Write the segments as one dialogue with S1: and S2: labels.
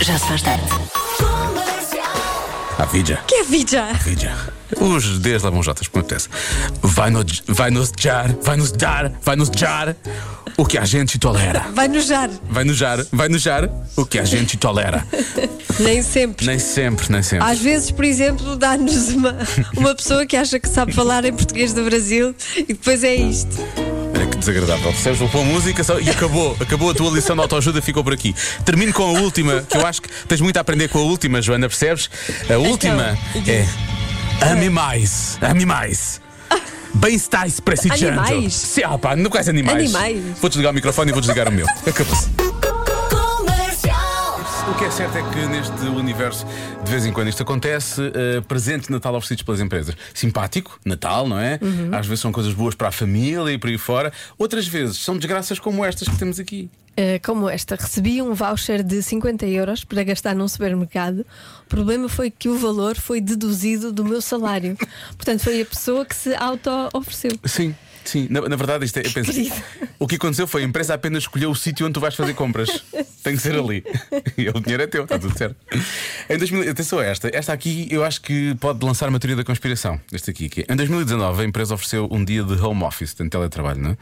S1: Já se faz tarde.
S2: A vida.
S3: Que é vida?
S2: Vida. Os Ds lá vão Jotas, como acontece. Vai, no, vai nos jar, vai nos dar, vai nos jar o que a gente tolera.
S3: Vai nojar.
S2: Vai nos jar, vai nos jar o que a gente tolera.
S3: Nem sempre.
S2: Nem sempre, nem sempre.
S3: Às vezes, por exemplo, dá-nos uma, uma pessoa que acha que sabe falar em português do Brasil e depois é isto.
S2: Olha que desagradável. Percebes uma boa música só- e acabou. Acabou a tua lição de autoajuda, ficou por aqui. Termino com a última, que eu acho que tens muito a aprender com a última, Joana, percebes? A
S3: Então,
S2: última é. Ame mais. Ame mais. Bem-estais para si,
S3: Animais?
S2: Sim, ah, pá, não quais animais.
S3: Animais.
S2: Vou desligar o microfone e vou desligar o meu. Acabou-se. O que é certo é que neste universo, de vez em quando isto acontece, eh, presente de Natal oferecidos pelas empresas. Simpático, Natal, não é? Às vezes são coisas boas para a família e por aí fora. Outras vezes são desgraças como estas que temos aqui.
S4: Uh, como esta, recebi um voucher de 50 euros para gastar num supermercado. O problema foi que o valor foi deduzido do meu salário. Portanto, foi a pessoa que se auto-ofereceu.
S2: Sim. Sim, na, na verdade, isto é. Eu penso,
S4: querido.
S2: o que aconteceu foi a empresa apenas escolheu o sítio onde tu vais fazer compras. Tem que ser ali. E o dinheiro é teu, está tudo certo. Em 2000, atenção a esta. Esta aqui eu acho que pode lançar uma teoria da conspiração. Esta aqui. Que é, em 2019, a empresa ofereceu um dia de home office, de teletrabalho, não é?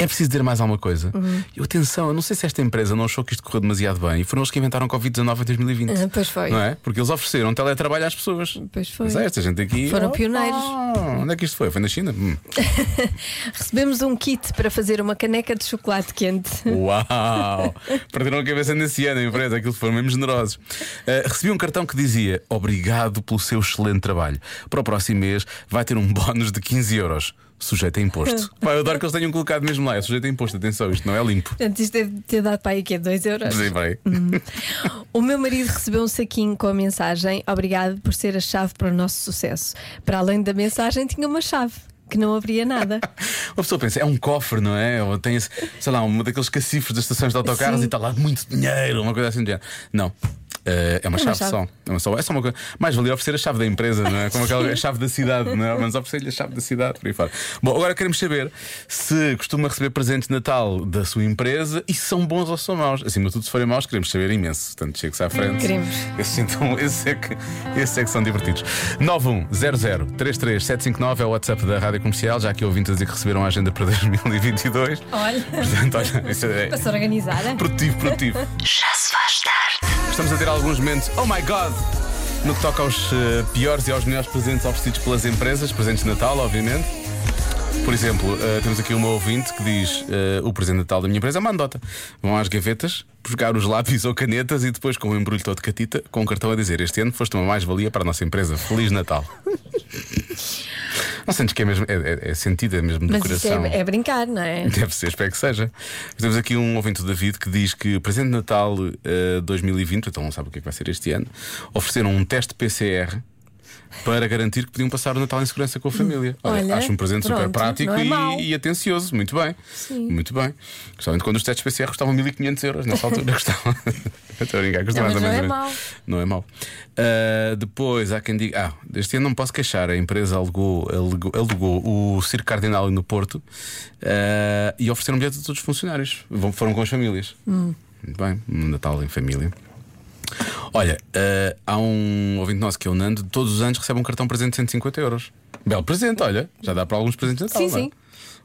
S2: É preciso dizer mais alguma coisa.
S4: Uhum.
S2: E Eu, atenção, eu não sei se esta empresa não achou que isto correu demasiado bem e foram eles que inventaram Covid-19 em 2020.
S4: Ah, pois foi.
S2: Não é? Porque eles ofereceram teletrabalho às pessoas.
S4: Pois foi.
S2: Mas é, esta gente aqui.
S4: Foram
S2: Oh,
S4: pioneiros.
S2: oh, onde é que isto foi? Foi na China? Hum.
S4: Recebemos um kit para fazer uma caneca de chocolate quente.
S2: Uau! Perderam a cabeça nesse ano, a empresa, aquilo foram mesmo generosos. Uh, recebi um cartão que dizia: Obrigado pelo seu excelente trabalho. Para o próximo mês vai ter um bónus de 15 euros, sujeito a imposto. Pá, eu adoro que eles tenham colocado mesmo lá, é sujeito a imposto, atenção, isto não é limpo.
S4: Portanto, isto deve ter dado para aí que é 2 euros.
S2: Sim, vai.
S4: O meu marido recebeu um saquinho com a mensagem Obrigado por ser a chave para o nosso sucesso. Para além da mensagem, tinha uma chave que não abria nada.
S2: Uma pessoa pensa, é um cofre, não é? Ou tem, esse, sei lá, uma daqueles cacifres das estações de autocarros
S4: Sim.
S2: e está lá muito dinheiro, uma coisa assim do género. Não. Eh, é uma chave,
S4: chave.
S2: só. É, uma só. é só uma coisa. Mais valia oferecer a chave da empresa, não é? Como aquela a chave da cidade, não é? Mas oferecer-lhe a chave da cidade, por aí fora. Bom, agora queremos saber se costuma receber presentes de Natal da sua empresa e se são bons ou são maus. Acima de tudo, se forem maus, queremos saber imenso. Portanto, chega-se à frente.
S4: Queremos.
S2: Esses, então, esses, é que, esses é que são divertidos. 910033759 é o WhatsApp da Rádio Comercial, já que ouvintes a dizer que receberam a agenda para 2022.
S4: Olha,
S2: Portanto, olha, isso é
S4: passou organizada.
S2: produtivo, produtivo.
S1: Já se faz tarde.
S2: Estamos a ter alguns momentos, oh my god! No que toca aos eh, piores e aos melhores presentes oferecidos pelas empresas, presentes de Natal, obviamente. Por exemplo, eh, temos aqui uma ouvinte que diz: eh, o presente de Natal da minha empresa é uma andota. Vão às gavetas, buscar os lápis ou canetas e depois, com o embrulho todo catita, com um cartão a dizer: Este ano foste uma mais-valia para a nossa empresa. Feliz Natal. Não sentes que é mesmo. É, é- é sentido, é mesmo do
S4: Mas isso
S2: coração.
S4: é, é brincar, não é?
S2: Deve ser, espero que seja. Temos aqui um ouvinte do David que diz que o presente de Natal eh, 2020, então não sabe o que é que vai ser este ano, ofereceram um teste PCR para garantir que podiam passar o Natal em segurança com a família.
S4: Olha,
S2: acho um presente super
S4: pronto,
S2: prático
S4: não é
S2: e-
S4: mau.
S2: e, atencioso. Muito bem.
S4: Sim.
S2: Muito bem. Principalmente quando os testes PCR custavam 1500 euros. Nessa altura custavam. Estou a brincar, custavam
S4: Não,
S2: mais ou
S4: mas não é
S2: menos.
S4: mau.
S2: Não é mau. Ah, depois há quem diga: Ah, deste ano não posso queixar. A empresa alugou, alugou, alugou o Circo Cardinal no Porto ah, e ofereceram bilhetes a todos os funcionários. Vão- Foram com as famílias.
S4: Hum.
S2: Muito bem, um Natal em família. Olha, ah, há um ouvinte nosso que é o Nando, todos os anos recebe um cartão presente de 150 euros. Belo presente, olha. Já dá para alguns presentes de Natal.
S4: Sim,
S2: não é?
S4: sim.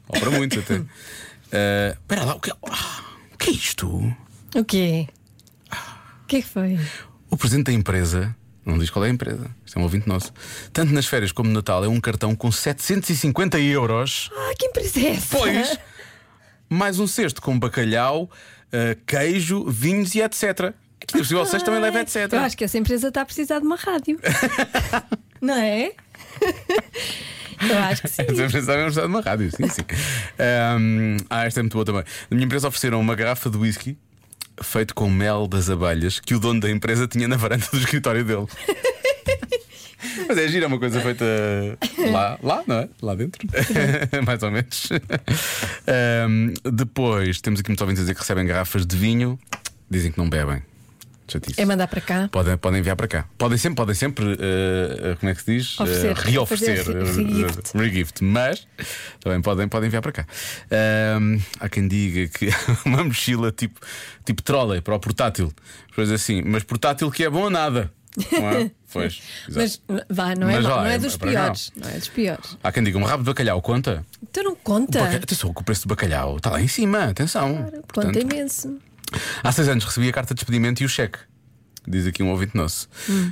S2: Ou para muitos até. Ah, Espera lá, o que, é- ah, o que é isto?
S4: O quê? O que é que foi?
S2: O presidente da empresa, não diz qual é a empresa, isto é um ouvinte nosso, tanto nas férias como no Natal, é um cartão com 750 euros,
S4: Ah, que empresa é essa?
S2: pois, mais um cesto com bacalhau, eh, queijo, vinhos e etc. Que se possível, vocês também levam
S4: Ai,
S2: etc.
S4: Eu acho que essa empresa está a precisar de uma rádio. não é? Eu acho que sim.
S2: Essa empresa é uma uma rádio, sim, sim. Ahm, ah, esta é muito boa também. Na minha empresa ofereceram uma garrafa de whisky feito com mel das abelhas que o dono da empresa tinha na varanda do escritório dele. Mas é gira, é uma coisa feita lá, lá, não é? Lá dentro. Mais ou menos. Ahm, depois, temos aqui muitos ouvintes a dizer que recebem garrafas de vinho, dizem que não bebem. chatice.
S4: É mandar para cá.
S2: Podem, podem enviar para cá. Podem sempre, podem sempre eh, eh, como é que se diz? Eh,
S4: Oferecer.
S2: reoferecer.
S4: Fazer re- regift.
S2: Eh, regift. Mas também podem, podem enviar para cá. Ahm, há quem diga que uma mochila tipo, tipo trolley para o portátil. Pois assim, mas portátil que é bom a nada. Não é? Pois. exato.
S4: Mas n- vá, não é,
S2: Mas
S4: mau,
S2: vá,
S4: não
S2: é
S4: é dos
S2: para cá.
S4: piores. Não é dos piores.
S2: Há quem diga um rabo de bacalhau conta?
S4: Tu não
S2: O
S4: conta.
S2: baca- Atenção, que o preço do bacalhau está lá em cima, atenção.
S4: Conta
S2: Portanto,
S4: imenso.
S2: Há seis anos recebi a carta de despedimento e o cheque. Diz aqui um ouvinte nosso.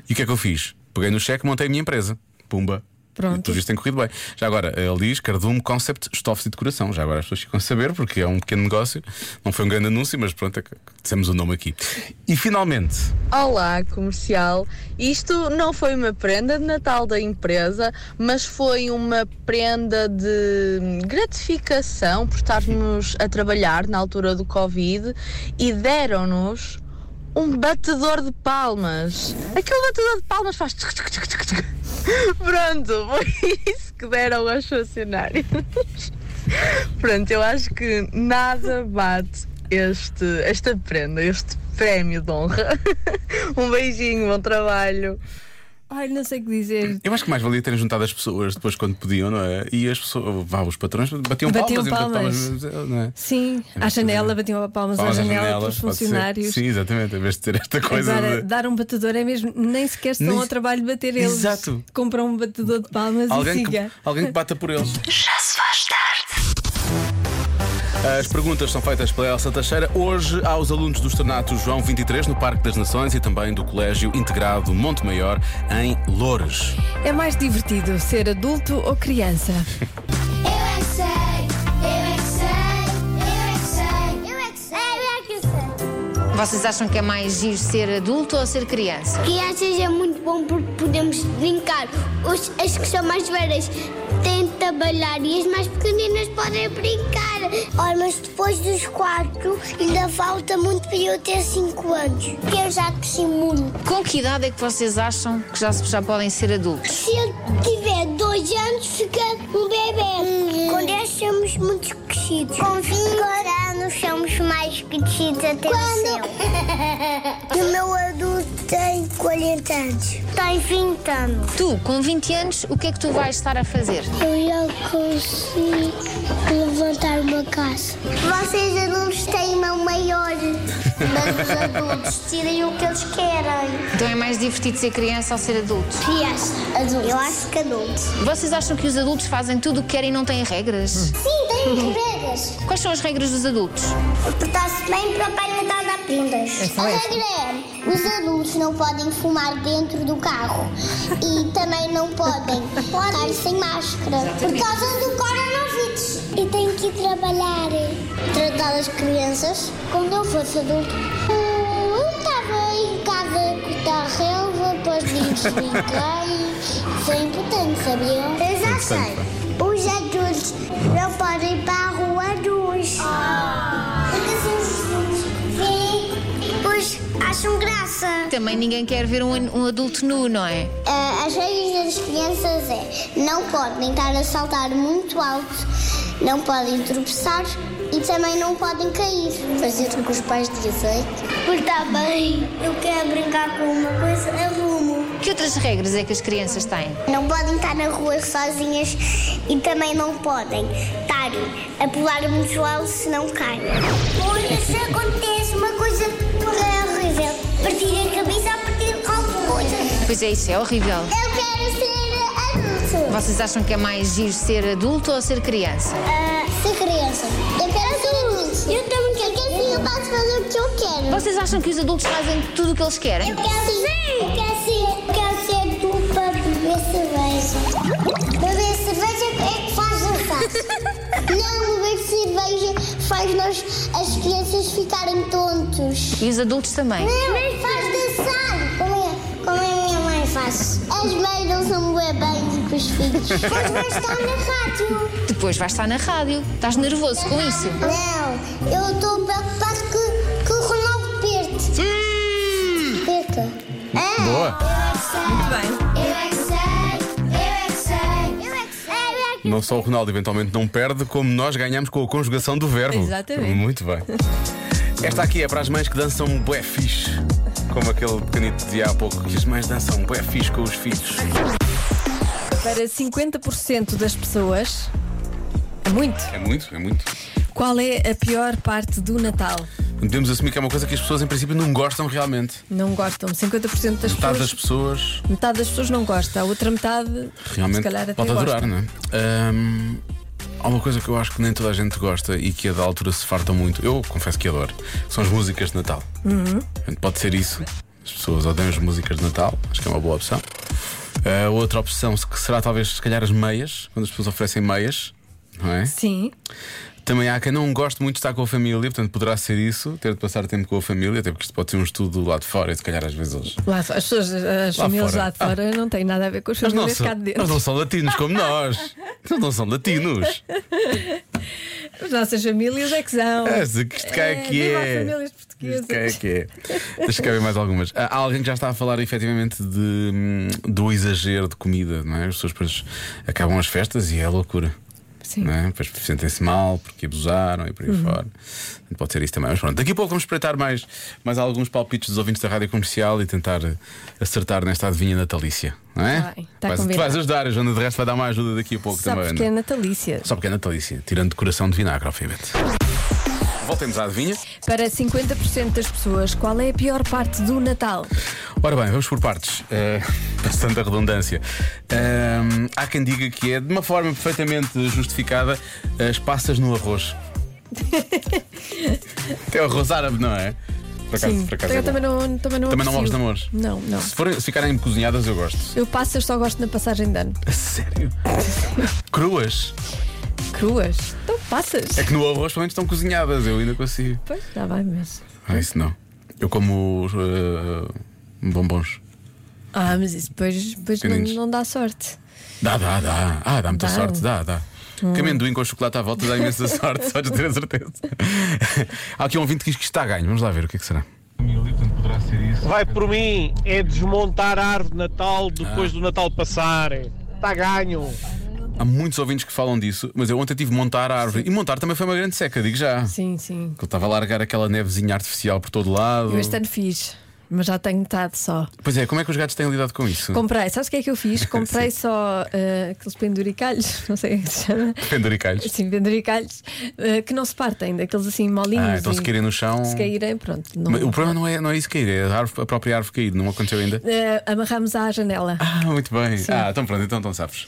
S2: E o que é que eu fiz? Peguei no cheque, montei a minha empresa. Pumba.
S4: Pronto.
S2: E tudo isto tem corrido bem. Já agora, eh, ele diz Cardume Concept Estofes e Decoração. Já agora as pessoas ficam a saber, porque é um pequeno negócio. Não foi um grande anúncio, mas pronto, é que dissemos o nome aqui. E finalmente,
S5: Olá, comercial. Isto não foi uma prenda de Natal da empresa, mas foi uma prenda de gratificação por estarmos a trabalhar na altura do Covid e deram-nos um batedor de palmas. Aquele batedor de palmas faz. tchuc, tchuc, tchuc, tchuc, tchuc. Pronto, foi isso que deram aos funcionários. Pronto, eu acho que nada bate este, esta prenda, este prémio de honra. Um beijinho, bom trabalho.
S4: Olha, não sei o que dizer.
S2: eu acho que mais valia terem juntado as pessoas depois quando podiam, não é? E as pessoas, vá, os patrões batiam,
S4: Batiam
S2: palmas. iam bater palmas, não é? assim.
S4: Sim, à janela, batiam palmas,
S2: Palmas
S4: à
S2: à
S4: janela,
S2: janela,
S4: pelos
S2: pode ser.
S4: funcionários.
S2: Sim, exatamente. Em vez de ter esta coisa.
S4: Agora,
S2: de-
S4: dar um batedor é mesmo. Nem sequer estão
S2: Nem-
S4: ao trabalho de bater eles.
S2: Exato.
S4: Compram um batedor de palmas e
S2: Alguém que,
S4: siga.
S2: alguém que bata por eles.
S1: Já se faz tarde.
S2: As perguntas são feitas pela Elsa Teixeira hoje aos alunos do Externato João 23 no Parque das Nações e também do Colégio Integrado Monte Maior em Loures.
S4: É mais divertido ser adulto ou criança?
S6: Eu é que sei, eu é que sei, eu é que sei, eu é que sei, eu é que sei.
S7: Vocês acham que é mais giro ser adulto ou ser criança?
S6: Crianças é muito bom porque podemos brincar. Os- as que são mais velhas têm de trabalhar e as mais pequeninas podem brincar. Olha, mas depois dos quatro ainda falta muito para eu ter cinco anos. Eu já cresci muito.
S7: Com que idade é que vocês acham que já, se- já podem ser adultos?
S6: Se eu tiver dois anos, fica um bebê. Quando nós somos muito crescidos. Com 20 anos, somos mais crescidos até o céu. o meu adulto tem 40 anos. Tem 20 anos.
S7: Tu, com 20 anos, o que é que tu vais estar a fazer?
S6: Eu já consigo levantar uma casa. Vocês adultos têm mão maior. Mas os adultos tirem o que eles querem.
S7: Então é mais divertido ser criança ou ser adulto?
S6: Criança. Adultos. Eu acho que adultos.
S7: Vocês acham que os adultos fazem tudo o que querem e não têm regras?
S6: Sim, tem regras.
S7: Quais são as regras dos adultos?
S6: Portar-se tá bem para o Pai Natal dar prendas. A regra é: os adultos não podem fumar dentro do carro e também não podem estar sem máscara por causa do coronavírus. E tenho que ir trabalhar. Tratar as crianças quando eu fosse adulto. Eu estava em casa a cortar relva, depois de brincar e isso é importante, sabiam? Eu já sei. Os adultos não podem ir para a rua Ah. nus. Pois acham graça.
S7: Também ninguém quer ver um, an- um adulto nu, não é?
S6: as regras das crianças é não podem estar a saltar muito alto, não podem tropeçar e também não podem cair. Fazer o que os pais dizem. Pois está bem, eu quero brincar com uma coisa, arrumo.
S7: Que outras regras é que as crianças têm?
S6: Não podem estar na rua sozinhas e também não podem estar a pular muito alto se não caem. Olha, se acontece uma coisa horrível, partir a cabeça a partir de alguma coisa.
S7: Pois é, isso é horrível.
S6: Eu quero ser adulto.
S7: Vocês acham que é mais giro ser adulto ou ser criança?
S6: Ah, ser criança. Eu quero ser adulto. Eu também quero ser Eu posso fazer o que eu quero.
S7: Vocês acham que os adultos fazem tudo o que eles querem?
S6: Eu quero ser. Eu quero ser. Eu quero ser adulto para beber cerveja. Beber cerveja é que faz o faço. Não, beber cerveja faz nós, as crianças, ficarem tontos.
S7: E os adultos também.
S6: Mas faz dançar. Como é, como é a minha mãe faz? As mães não são bué bem com os filhos. Mas vai estar na rádio.
S7: Depois vais estar na rádio. Estás nervoso com isso?
S6: Não, eu estou preocupado que, que o Ronaldo perde. Perca. Ah.
S2: Boa.
S6: Eu é que sei, eu é que sei, eu é que sei, eu é que sei.
S2: Não só o Ronaldo eventualmente não perde, como nós ganhamos com a conjugação do verbo.
S4: Exatamente.
S2: Muito bem. Esta aqui é para as mães que dançam bué fixe. Com como aquele pequenito dizia há pouco, que as mães dançam bué fixe com os filhos.
S4: Para 50% das pessoas, é muito.
S2: É muito, é muito.
S4: Qual é a pior parte do Natal?
S2: Devemos assumir que é uma coisa que as pessoas em princípio não gostam realmente.
S4: Não gostam. 50% das
S2: Metade das
S4: pessoas.
S2: pessoas
S4: Metade das pessoas não gosta, a outra metade se
S2: realmente
S4: calhar até
S2: pode adorar,
S4: gosta.
S2: não é? Ahm, há uma coisa que eu acho que nem toda a gente gosta e que a da altura se farta muito. Eu confesso que adoro. São as músicas de Natal.
S4: Uhum.
S2: Portanto, Pode ser isso. As pessoas odeiam as músicas de Natal. Acho que é uma boa opção. Ah, outra opção se- que será talvez se calhar as meias, quando as pessoas oferecem meias, não é?
S4: Sim.
S2: Também há quem não goste muito de estar com a família, portanto poderá ser isso, ter de passar tempo com a família, até porque isto pode ser um estudo do lado de fora e se calhar às vezes eles.
S4: Lá, as pessoas, as
S2: Lá
S4: famílias
S2: fora. Ah.
S4: lá de fora não têm nada a ver com as
S2: Eles não,
S4: famílias
S2: são,
S4: cá de dentro.
S2: eles não são latinos como nós. Eles não são latinos.
S4: As nossas famílias é que são.
S2: É, se que isto cá é,
S4: É,
S2: que é.
S4: viva as famílias portuguesas.
S2: Isto cá é que é. Deixa cá ver mais algumas. Ah, Há há alguém que já está a falar efetivamente de, hum, do exagero de comida, não é? As pessoas depois acabam as festas e é loucura.
S4: Sim. Uhum.
S2: Não é? Depois sentem-se mal porque abusaram e por aí fora. Pode ser isso também. Mas pronto, daqui a pouco vamos espreitar mais, mais alguns palpites dos ouvintes da rádio comercial e tentar eh, acertar nesta adivinha natalícia, não é?
S4: Tá bem, tá
S2: Vais- tu
S4: combinado.
S2: vais ajudar, a Joana de resto vai dar uma ajuda daqui a pouco
S4: Só
S2: também.
S4: porque
S2: não é?
S4: é natalícia.
S2: Só porque é natalícia, tirando decoração de vinagre, obviamente. Voltemos à adivinha.
S4: Para 50% das pessoas, qual é a pior parte do Natal?
S2: Ora bem, vamos por partes. Eh, passando a redundância. Ahm, há quem diga que é, de uma forma perfeitamente justificada, as passas no arroz. é o arroz árabe, não é? Por acaso, por acaso é
S4: eu
S2: bom.
S4: também não, também não
S2: Também não
S4: aprecio.
S2: amas namoros?
S4: Não, não.
S2: se, forem, se ficarem cozinhadas, eu gosto.
S4: Eu passas só gosto na passagem de ano.
S2: A sério? Cruas?
S4: Cruas? Então passas.
S2: É que no arroz, pelo menos, estão cozinhadas. Eu ainda consigo.
S4: Pois, já vai, mas.
S2: Ah, isso não. Eu como eh, bombons.
S4: Ah, mas isso depois, depois não,
S2: Pequeninos.
S4: não dá sorte.
S2: Dá, dá, dá. Ah, dá muita
S4: Dá. Hum.
S2: sorte, dá, dá. Que amendoim com chocolate à volta dá imensa sorte, só de ter a certeza. Há aqui um ouvinte que diz que está a ganho. Vamos lá ver o que é que será.
S8: Vai por mim, é desmontar a árvore de Natal depois do Natal passar. Está ganho.
S2: Há muitos ouvintes que falam disso, mas eu ontem tive de montar a árvore. E montar também foi uma grande seca, digo já.
S4: Sim, sim.
S2: Que eu estava a largar aquela nevezinha artificial por todo lado.
S4: Eu este ano fiz, mas já tenho metade só.
S2: Pois é, como é que os gatos têm lidado com isso?
S4: Comprei, sabes o que é que eu fiz? Comprei só eh, aqueles penduricalhos, não sei o que se chama.
S2: Penduricalhos.
S4: Assim, penduricalhos eh, que não se partem, daqueles assim molinhos.
S2: Ah, então se
S4: e-
S2: caírem no chão.
S4: se caírem, pronto. Não...
S2: Mas O problema não é, não é isso cair, é a, árvore- a própria árvore cair, não aconteceu ainda.
S4: Eh, amarramos à janela.
S2: Ah, muito bem. Ah, então pronto, então, então sabes.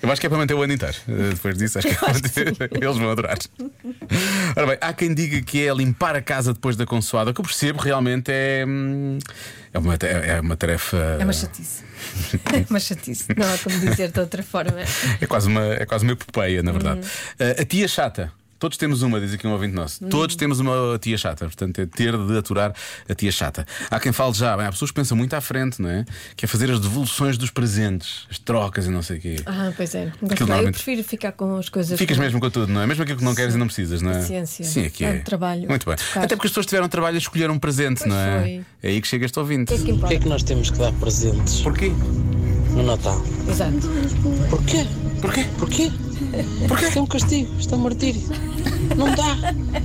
S2: Eu acho que é para manter o ano inteiro. Eh, Depois disso, acho que, é manter... eles vão adorar. Ora bem, há quem diga que é limpar a casa depois da consoada, o que eu percebo realmente é. hum, É uma, ta- é uma tarefa.
S4: É uma chatice. é uma chatice. Não há como dizer de outra forma.
S2: É quase uma, é quase uma epopeia, na verdade. Ah, a tia chata. Todos temos uma, diz aqui um ouvinte nosso. Todos temos uma tia chata, portanto é ter de aturar a tia chata. Há quem fale já, bem, há pessoas que pensam muito à frente, não é? Que é fazer as devoluções dos presentes, as trocas e não sei o quê.
S4: Ah, pois é. Gosto
S2: Aquilo
S4: bem. Eu
S2: normalmente-
S4: prefiro ficar com as coisas.
S2: Ficas mesmo com tudo, não é? Mesmo aquilo que não queres e não precisas, não é?
S4: Paciência.
S2: Sim, aqui é.
S4: Tanto trabalho.
S2: Muito bem.
S4: Trocar.
S2: Até porque as pessoas tiveram trabalho a escolher um presente,
S4: Pois
S2: não é?
S4: foi.
S2: É aí que chegas ao
S4: O que é
S2: ouvinte.
S4: que
S9: Porquê é
S4: importa?
S9: que nós temos que dar presentes
S2: Porquê?
S9: no Natal?
S4: Exato.
S9: Porquê?
S2: Porquê?
S9: Porquê? Porque isto é um castigo, isto é um martírio. Não dá.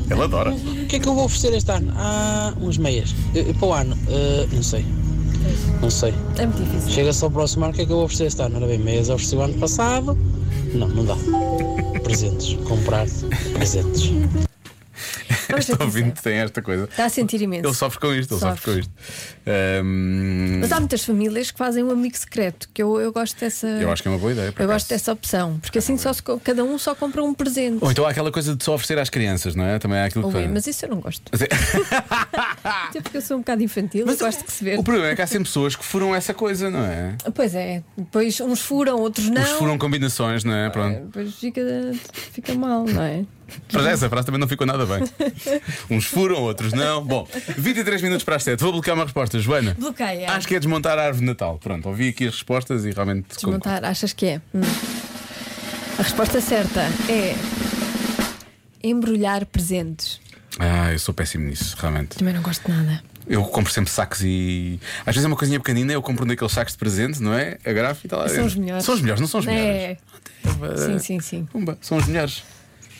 S2: Ela adora.
S9: O que é que eu vou oferecer este ano? Ah, umas meias. Eh, eh, para o ano? Eh, não sei. Não sei.
S4: É muito difícil.
S9: Chega-se ao próximo ano, o que é que eu vou oferecer este ano? Ora bem, meias eu ofereci o ano passado. Não, não dá. Presentes. Comprar presentes.
S4: É uma
S2: Este
S4: chatice.
S2: ouvinte tem esta coisa.
S4: Está a sentir imenso.
S2: Ele sofre com isto, ele sofre,
S4: Tá Sofre.
S2: com isto. Ahm,
S4: Mas há muitas famílias que fazem um amigo secreto, que eu, eu gosto dessa.
S2: Eu acho que é uma boa ideia. por
S4: Eu
S2: acaso.
S4: gosto dessa opção, porque assim só se co- cada um só compra um presente.
S2: Ou então há aquela coisa de só oferecer às crianças, não é? Também há aquilo
S4: Ou
S2: que.
S4: é, mas isso eu não gosto.
S2: Mas é-
S4: Até porque eu sou um bocado infantil, eu gosto de receber.
S2: O problema é que há sempre pessoas que furam essa coisa, não é?
S4: Pois é, depois uns furam, outros não.
S2: Os furam combinações, não é? Pronto.
S4: Depois fica, fica mal, não é?
S2: Para já essa frase também não ficou nada bem. Uns furam, outros não. Bom, 23 minutos para as 7. Vou bloquear uma resposta, Joana.
S4: Bloqueia.
S2: Acho que é desmontar a árvore de Natal. Pronto, ouvi aqui as respostas e realmente.
S4: Desmontar, achas que é? Hum. A resposta certa é embrulhar presentes.
S2: Ah, eu sou péssimo nisso, realmente.
S4: Também não gosto de nada.
S2: Eu compro sempre sacos e. Às vezes é uma coisinha pequenina, eu compro um daqueles sacos de presente, não é? A grafa e tal.
S4: São os melhores.
S2: São os melhores, não são os melhores.
S4: É. Sim, sim, sim.
S2: Pumba, são os melhores.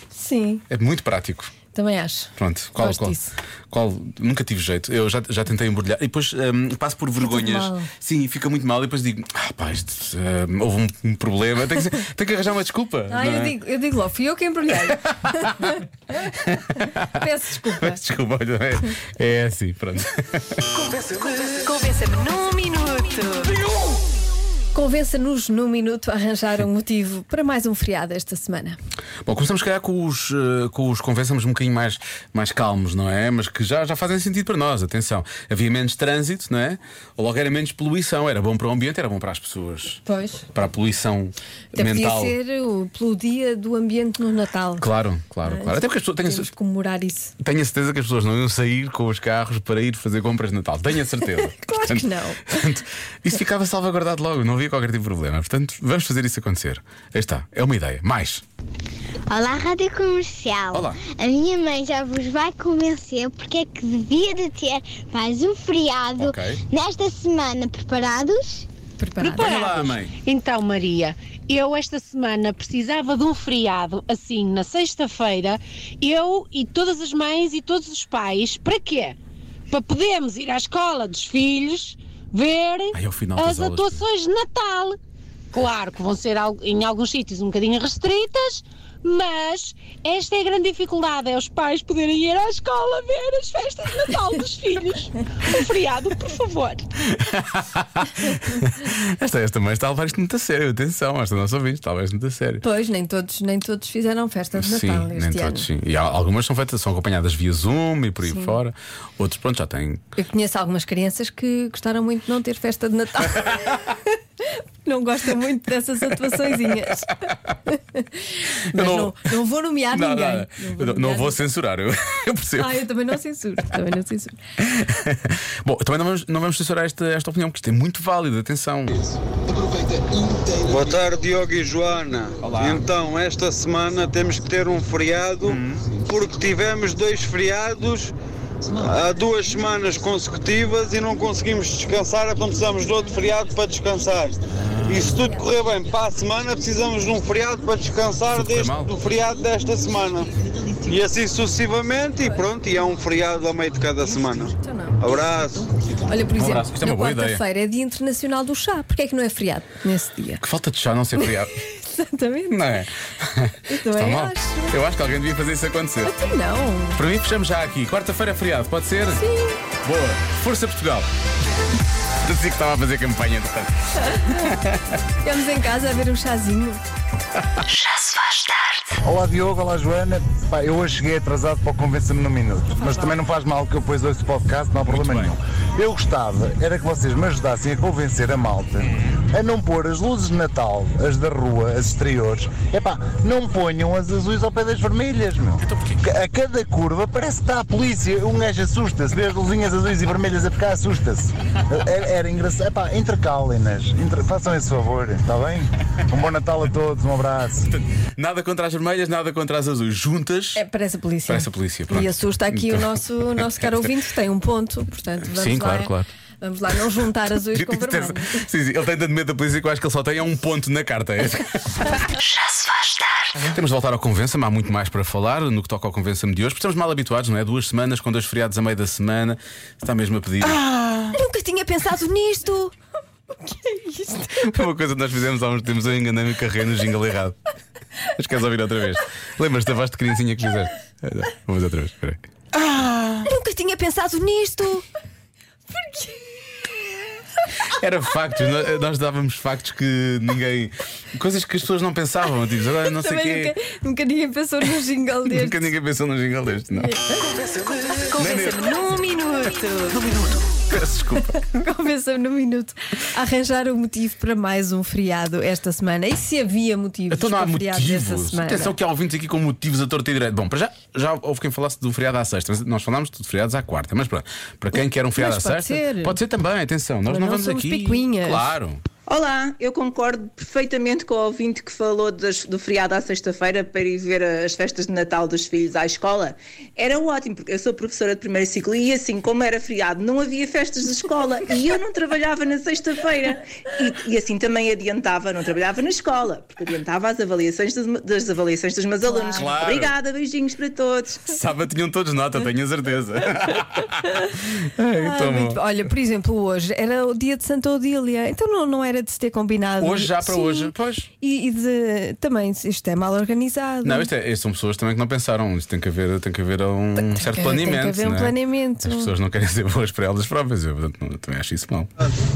S4: Sim.
S2: É muito prático.
S4: Também acho.
S2: Pronto, qual,
S4: Gosto
S2: qual,
S4: disso.
S2: qual? Nunca tive jeito. Eu já, já tentei embrulhar. E depois hum, passo por vergonhas.
S4: mal.
S2: Sim, fica muito mal. E depois digo: ah, pá, isto, hum, houve um, um problema. Tenho que, tenho que arranjar uma desculpa. não
S4: Ah, eu
S2: é?
S4: digo, eu digo logo, fui eu que embrulhei. Peço desculpa.
S2: Peço Desculpa, olha, é, é assim, pronto.
S10: Convença-me num minuto.
S4: Convença-nos num minuto a arranjar um motivo para mais um feriado esta semana.
S2: Bom, começamos, se calhar, com os, eh, com os convençamos um bocadinho mais, mais calmos, não é? Mas que já, já fazem sentido para nós, atenção. Havia menos trânsito, não é? Logo era menos poluição, era bom para o ambiente, era bom para as pessoas.
S4: Pois.
S2: Para a poluição
S4: Até
S2: mental.
S4: podia ser o, pelo dia do ambiente no Natal.
S2: Claro, claro, claro. Até porque as pessoas têm,
S4: Temos que comemorar isso.
S2: Tenho a certeza que as pessoas não iam sair com os carros para ir fazer compras de Natal. Tenho a certeza.
S4: Claro que não.
S2: Portanto, isso ficava salvaguardado logo, não havia qualquer tipo de problema. Portanto, vamos fazer isso acontecer. Aí está, é uma ideia. Mais.
S6: Olá, Rádio Comercial.
S2: Olá.
S6: A minha mãe já vos vai convencer porque é que devia de ter mais um feriado
S2: Ok.
S6: nesta semana. Preparados?
S4: Preparado.
S2: Olha lá, mãe.
S10: Então, Maria, eu esta semana precisava de um feriado, assim, na sexta-feira, eu e todas as mães e todos os pais, para quê? Para podermos ir à escola dos filhos ver
S2: Ai, ao final das
S10: as
S2: aulas.
S10: atuações de Natal. Claro que vão ser al- em alguns sítios um bocadinho restritas, mas esta é a grande dificuldade, é os pais poderem ir à escola ver as festas de Natal dos filhos. Um feriado, por favor.
S2: Esta, esta mãe está a levar isto muito a sério. Atenção, esta nossa ouvinte está a levar isto muito a sério.
S4: Pois, nem todos, nem todos fizeram festa de
S2: Sim,
S4: Natal
S2: nem
S4: este ano.
S2: todos, sim. E há- algumas são feitas, são acompanhadas via Zoom e por aí fora. Outros, pronto, já têm.
S4: Eu conheço algumas crianças que gostaram muito de não ter festa de Natal. não gostam muito dessas atuaçõezinhas. Mas
S2: não-
S4: não... Não, vou nomear
S2: Não, não,
S4: ninguém.
S2: não. Eu não- não
S4: nomear
S2: vou
S4: ninguém.
S2: censurar, eu, eu percebo.
S4: Ah, eu também não censuro. Também não censuro.
S2: Bom, também não vamos, não vamos censurar esta, esta opinião, porque isto é muito válido, atenção.
S8: Boa tarde, Diogo e Joana. Então, esta semana temos que ter um feriado
S2: Hum.
S8: porque tivemos dois feriados há duas semanas consecutivas e não conseguimos descansar, então precisamos de outro feriado para descansar. E se tudo correr bem para a semana, precisamos de um feriado para descansar
S2: Tudo correr
S8: deste-
S2: mal.
S8: do feriado desta semana. E assim sucessivamente, e pronto, e é um feriado ao meio de cada semana.
S4: Então não.
S8: Abraço.
S4: Olha, por exemplo,
S2: abraço, isto é
S4: na
S2: uma boa ideia.
S4: quarta-feira é Dia Internacional do Chá. Porquê é que não é feriado nesse dia?
S2: Que falta de chá não ser feriado.
S4: Exatamente.
S2: Não é?
S4: Eu
S2: Está
S4: também
S2: mal.
S4: acho.
S2: Eu acho que alguém devia fazer isso acontecer.
S4: Então não.
S2: Para mim, fechamos já aqui. Quarta-feira é feriado, pode ser? Sim. Boa. Força Portugal. Parecia que estava a fazer campanha, entretanto.
S4: Ficamos em casa a ver um chazinho.
S1: Já se faz tarde.
S8: Olá Diogo, olá Joana. Pá, eu hoje cheguei atrasado para o Convença-me num Minuto, mas também não faz mal que eu depois ouço o podcast, não há problema
S2: bem.
S8: nenhum. Eu gostava era que vocês me ajudassem a convencer a malta a não pôr as luzes de Natal, as da rua, as exteriores, epá, não ponham as azuis ao pé das vermelhas, meu. A cada curva parece que está a polícia, um gajo assusta-se, vê as luzinhas azuis e vermelhas a ficar, assusta-se. Era, era engraçado, epá, intercalem-nas, Inter- façam esse favor, está bem? Um bom Natal a todos, um abraço.
S2: Nada contra as vermelhas, nada contra as azuis. Juntas.
S4: É, parece a polícia.
S2: Parece a polícia, pronto.
S4: E assusta aqui
S2: Então-
S4: o nosso, o nosso caro ouvinte, que tem um ponto. Portanto, vamos
S2: Sim,
S4: lá, é?
S2: claro, claro.
S4: Vamos lá, não juntar azuis com
S2: Devia ter-
S4: vermelho.
S2: Sim, sim, ele tem tanto medo da polícia que eu acho que ele só tem é um ponto na carta. É.
S1: Já se faz tarde.
S2: Temos de voltar ao Convença-me, há muito mais para falar no que toca ao Convença-me de hoje, porque estamos mal habituados, não é? Duas semanas com dois feriados a meio da semana, está mesmo a pedir.
S4: Eu nunca tinha pensado nisto.
S2: Foi uma coisa que nós fizemos há uns tempos, eu enganei-me e carreguei no jingle errado. Mas queres ouvir outra vez? Lembras-te da voz de criancinha que fizeste? Ah, não. Vou fazer outra vez, espera aí.
S4: Eu nunca tinha pensado nisto.
S2: Era factos, nó- nós dávamos factos que ninguém. coisas que as pessoas não pensavam, tipo, agora não sei o
S4: Também
S2: quê.
S4: nunca, nunca ninguém pensou no jingle deste.
S2: Nunca ninguém pensou no jingle deste, não.
S10: Convença-me num minuto.
S2: Peço desculpa.
S4: Convença-me no minuto a arranjar um motivo para mais um feriado esta semana. E se havia motivos
S2: Então não há
S4: para feriados esta
S2: motivos.
S4: semana?
S2: Atenção que há ouvintes aqui com motivos a torta e direito. Bom, para já, já houve quem falasse do feriado à sexta. mas Nós falámos de feriados à quarta. Mas pronto, para quem quer um feriado
S4: Mas
S2: à
S4: pode
S2: sexta,
S4: ser.
S2: pode ser também, atenção. Nós
S4: Mas
S2: não
S4: não
S2: vamos
S4: somos
S2: aqui.
S4: picuinhas.
S2: Claro.
S5: Olá, eu concordo perfeitamente com o ouvinte que falou das- do feriado à sexta-feira para ir ver as festas de Natal dos filhos à escola. Era ótimo, porque eu sou professora de primeiro ciclo e assim, como era feriado, não havia festas de escola e eu não trabalhava na sexta-feira. E, e assim também adiantava, não trabalhava na escola, porque adiantava as avaliações das, das avaliações dos meus alunos.
S2: Claro.
S5: Obrigada, beijinhos para todos.
S2: Sábado tinham todos nota, tenho a certeza.
S4: Ah,
S2: Ai, então,
S4: muito- Olha, por exemplo, hoje era o dia de Santa Odília, então não, não era de se ter combinado.
S2: Hoje, já para
S4: Sim.
S2: hoje, pois.
S4: E, e de, também, isto é mal organizado.
S2: Não, isto, é, isto são pessoas também que não pensaram. Isto tem que haver, tem que haver um certo
S4: Tem-
S2: planeamento.
S4: Tem que haver um
S2: não é?
S4: planeamento.
S2: As pessoas não querem ser boas para elas próprias. Eu portanto, não- também acho isso mal.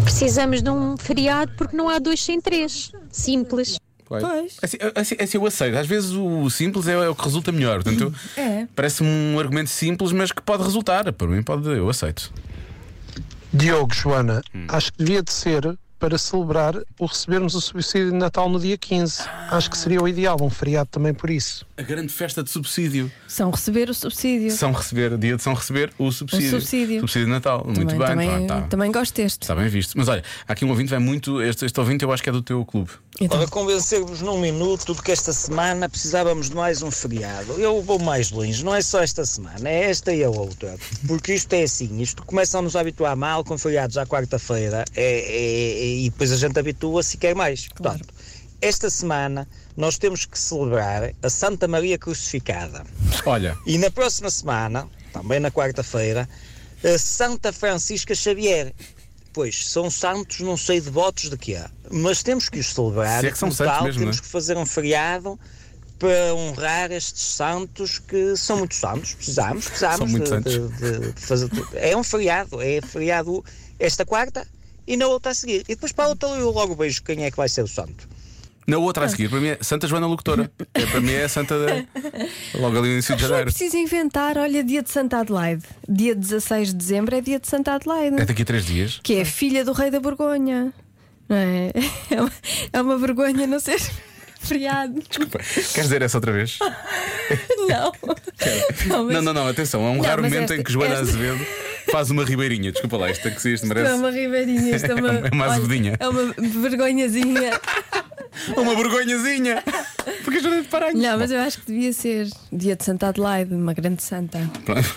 S6: Precisamos de um feriado porque não há dois sem três. Simples.
S2: Pois. Assim, assim, assim eu aceito. Às vezes o simples é, é o que resulta melhor. Portanto, eu-
S6: É.
S2: parece-me um argumento simples, mas que pode resultar. Para mim, pode, eu aceito.
S8: Diogo, Joana, acho que devia de ser para celebrar o recebermos o subsídio de Natal no dia 15. Acho que seria o ideal, um feriado também por isso.
S2: A grande festa de subsídio.
S4: São receber o subsídio.
S2: São receber, dia de São receber o subsídio.
S4: subsídio.
S2: de Natal. Muito
S4: também,
S2: bem,
S4: também,
S2: pá, tá.
S4: também gosto deste.
S2: Está bem visto. Mas olha, há aqui um ouvinte vai muito. Este, este ouvinte eu acho que é do teu clube.
S4: Então.
S11: Ora, convencer-vos num minuto de que esta semana precisávamos de mais um feriado. Eu vou mais longe, não é só esta semana, é esta e a outra. Porque isto é assim, isto começa a nos habituar mal com feriados à quarta-feira é- é- é- e depois a gente habitua-se e quer mais. Portanto, esta semana nós temos que celebrar a Santa Maria Crucificada.
S2: Olha.
S11: E na próxima semana, também na quarta-feira, a Santa Francisca Xavier. Pois, são santos, não sei de votos de que há, mas temos que os celebrar.
S2: Se é que são
S11: Como
S2: santos
S11: tal,
S2: mesmo,
S11: temos
S2: não é?
S11: que fazer um feriado para honrar estes santos que são muito santos, precisamos, precisamos.
S2: São muito
S11: de-
S2: santos.
S11: de- de fazer tudo. É um feriado, é feriado esta quarta e na outra a seguir. E depois para a outra eu logo vejo quem é que vai ser o santo.
S2: Na outra a seguir, para mim é Santa Joana Locutora. É, para mim é a Santa da- logo ali no início de
S4: Mas não é
S2: janeiro.
S4: preciso inventar, olha, dia de Santa Adelaide. Dia 16 de dezembro é dia de Santa Adelaide.
S2: É daqui a três dias.
S4: Que é filha do rei da Borgonha. Não é? É uma, é uma vergonha não ser feriado.
S2: Queres dizer essa outra vez?
S4: Não. Não, mas-
S2: Não, não, não, atenção. Há um
S4: Não,
S2: raro
S4: mas
S2: momento
S4: esta-
S2: em que Joana
S4: esta-
S2: Azevedo faz uma ribeirinha. Desculpa lá, isto, é que se isto
S4: Isto é
S2: merece.
S4: uma ribeirinha, isto é uma,
S2: É uma
S4: olha,
S2: azedinha.
S4: é uma vergonhazinha.
S2: uma vergonhazinha. Porque já de parar
S4: Não, mas eu acho que devia ser dia de Santa Adelaide, uma grande santa.
S2: Pronto.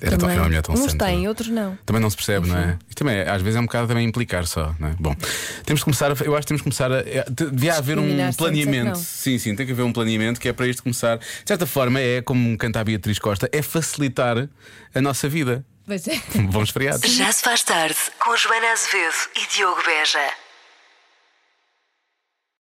S2: Era tão,
S4: Também.
S2: era uma mulher tão
S4: Uns
S2: santa.
S4: têm, outros não.
S2: Também não se percebe, não é? Isto também, é- às vezes é um bocado também implicar só, não é? Bom, temos que começar, a, eu acho que temos que começar a. é, de- Devia haver
S4: Discriminar
S2: um
S4: sem dizer
S2: planeamento.
S4: é que não.
S2: Sim, sim, tem que haver um planeamento que é para isto começar. De certa forma, é como canta a Beatriz Costa, é facilitar a nossa vida.
S4: Pois é.
S2: Bons feriados.
S1: Já se faz tarde com Joana Azevedo e Diogo Beja.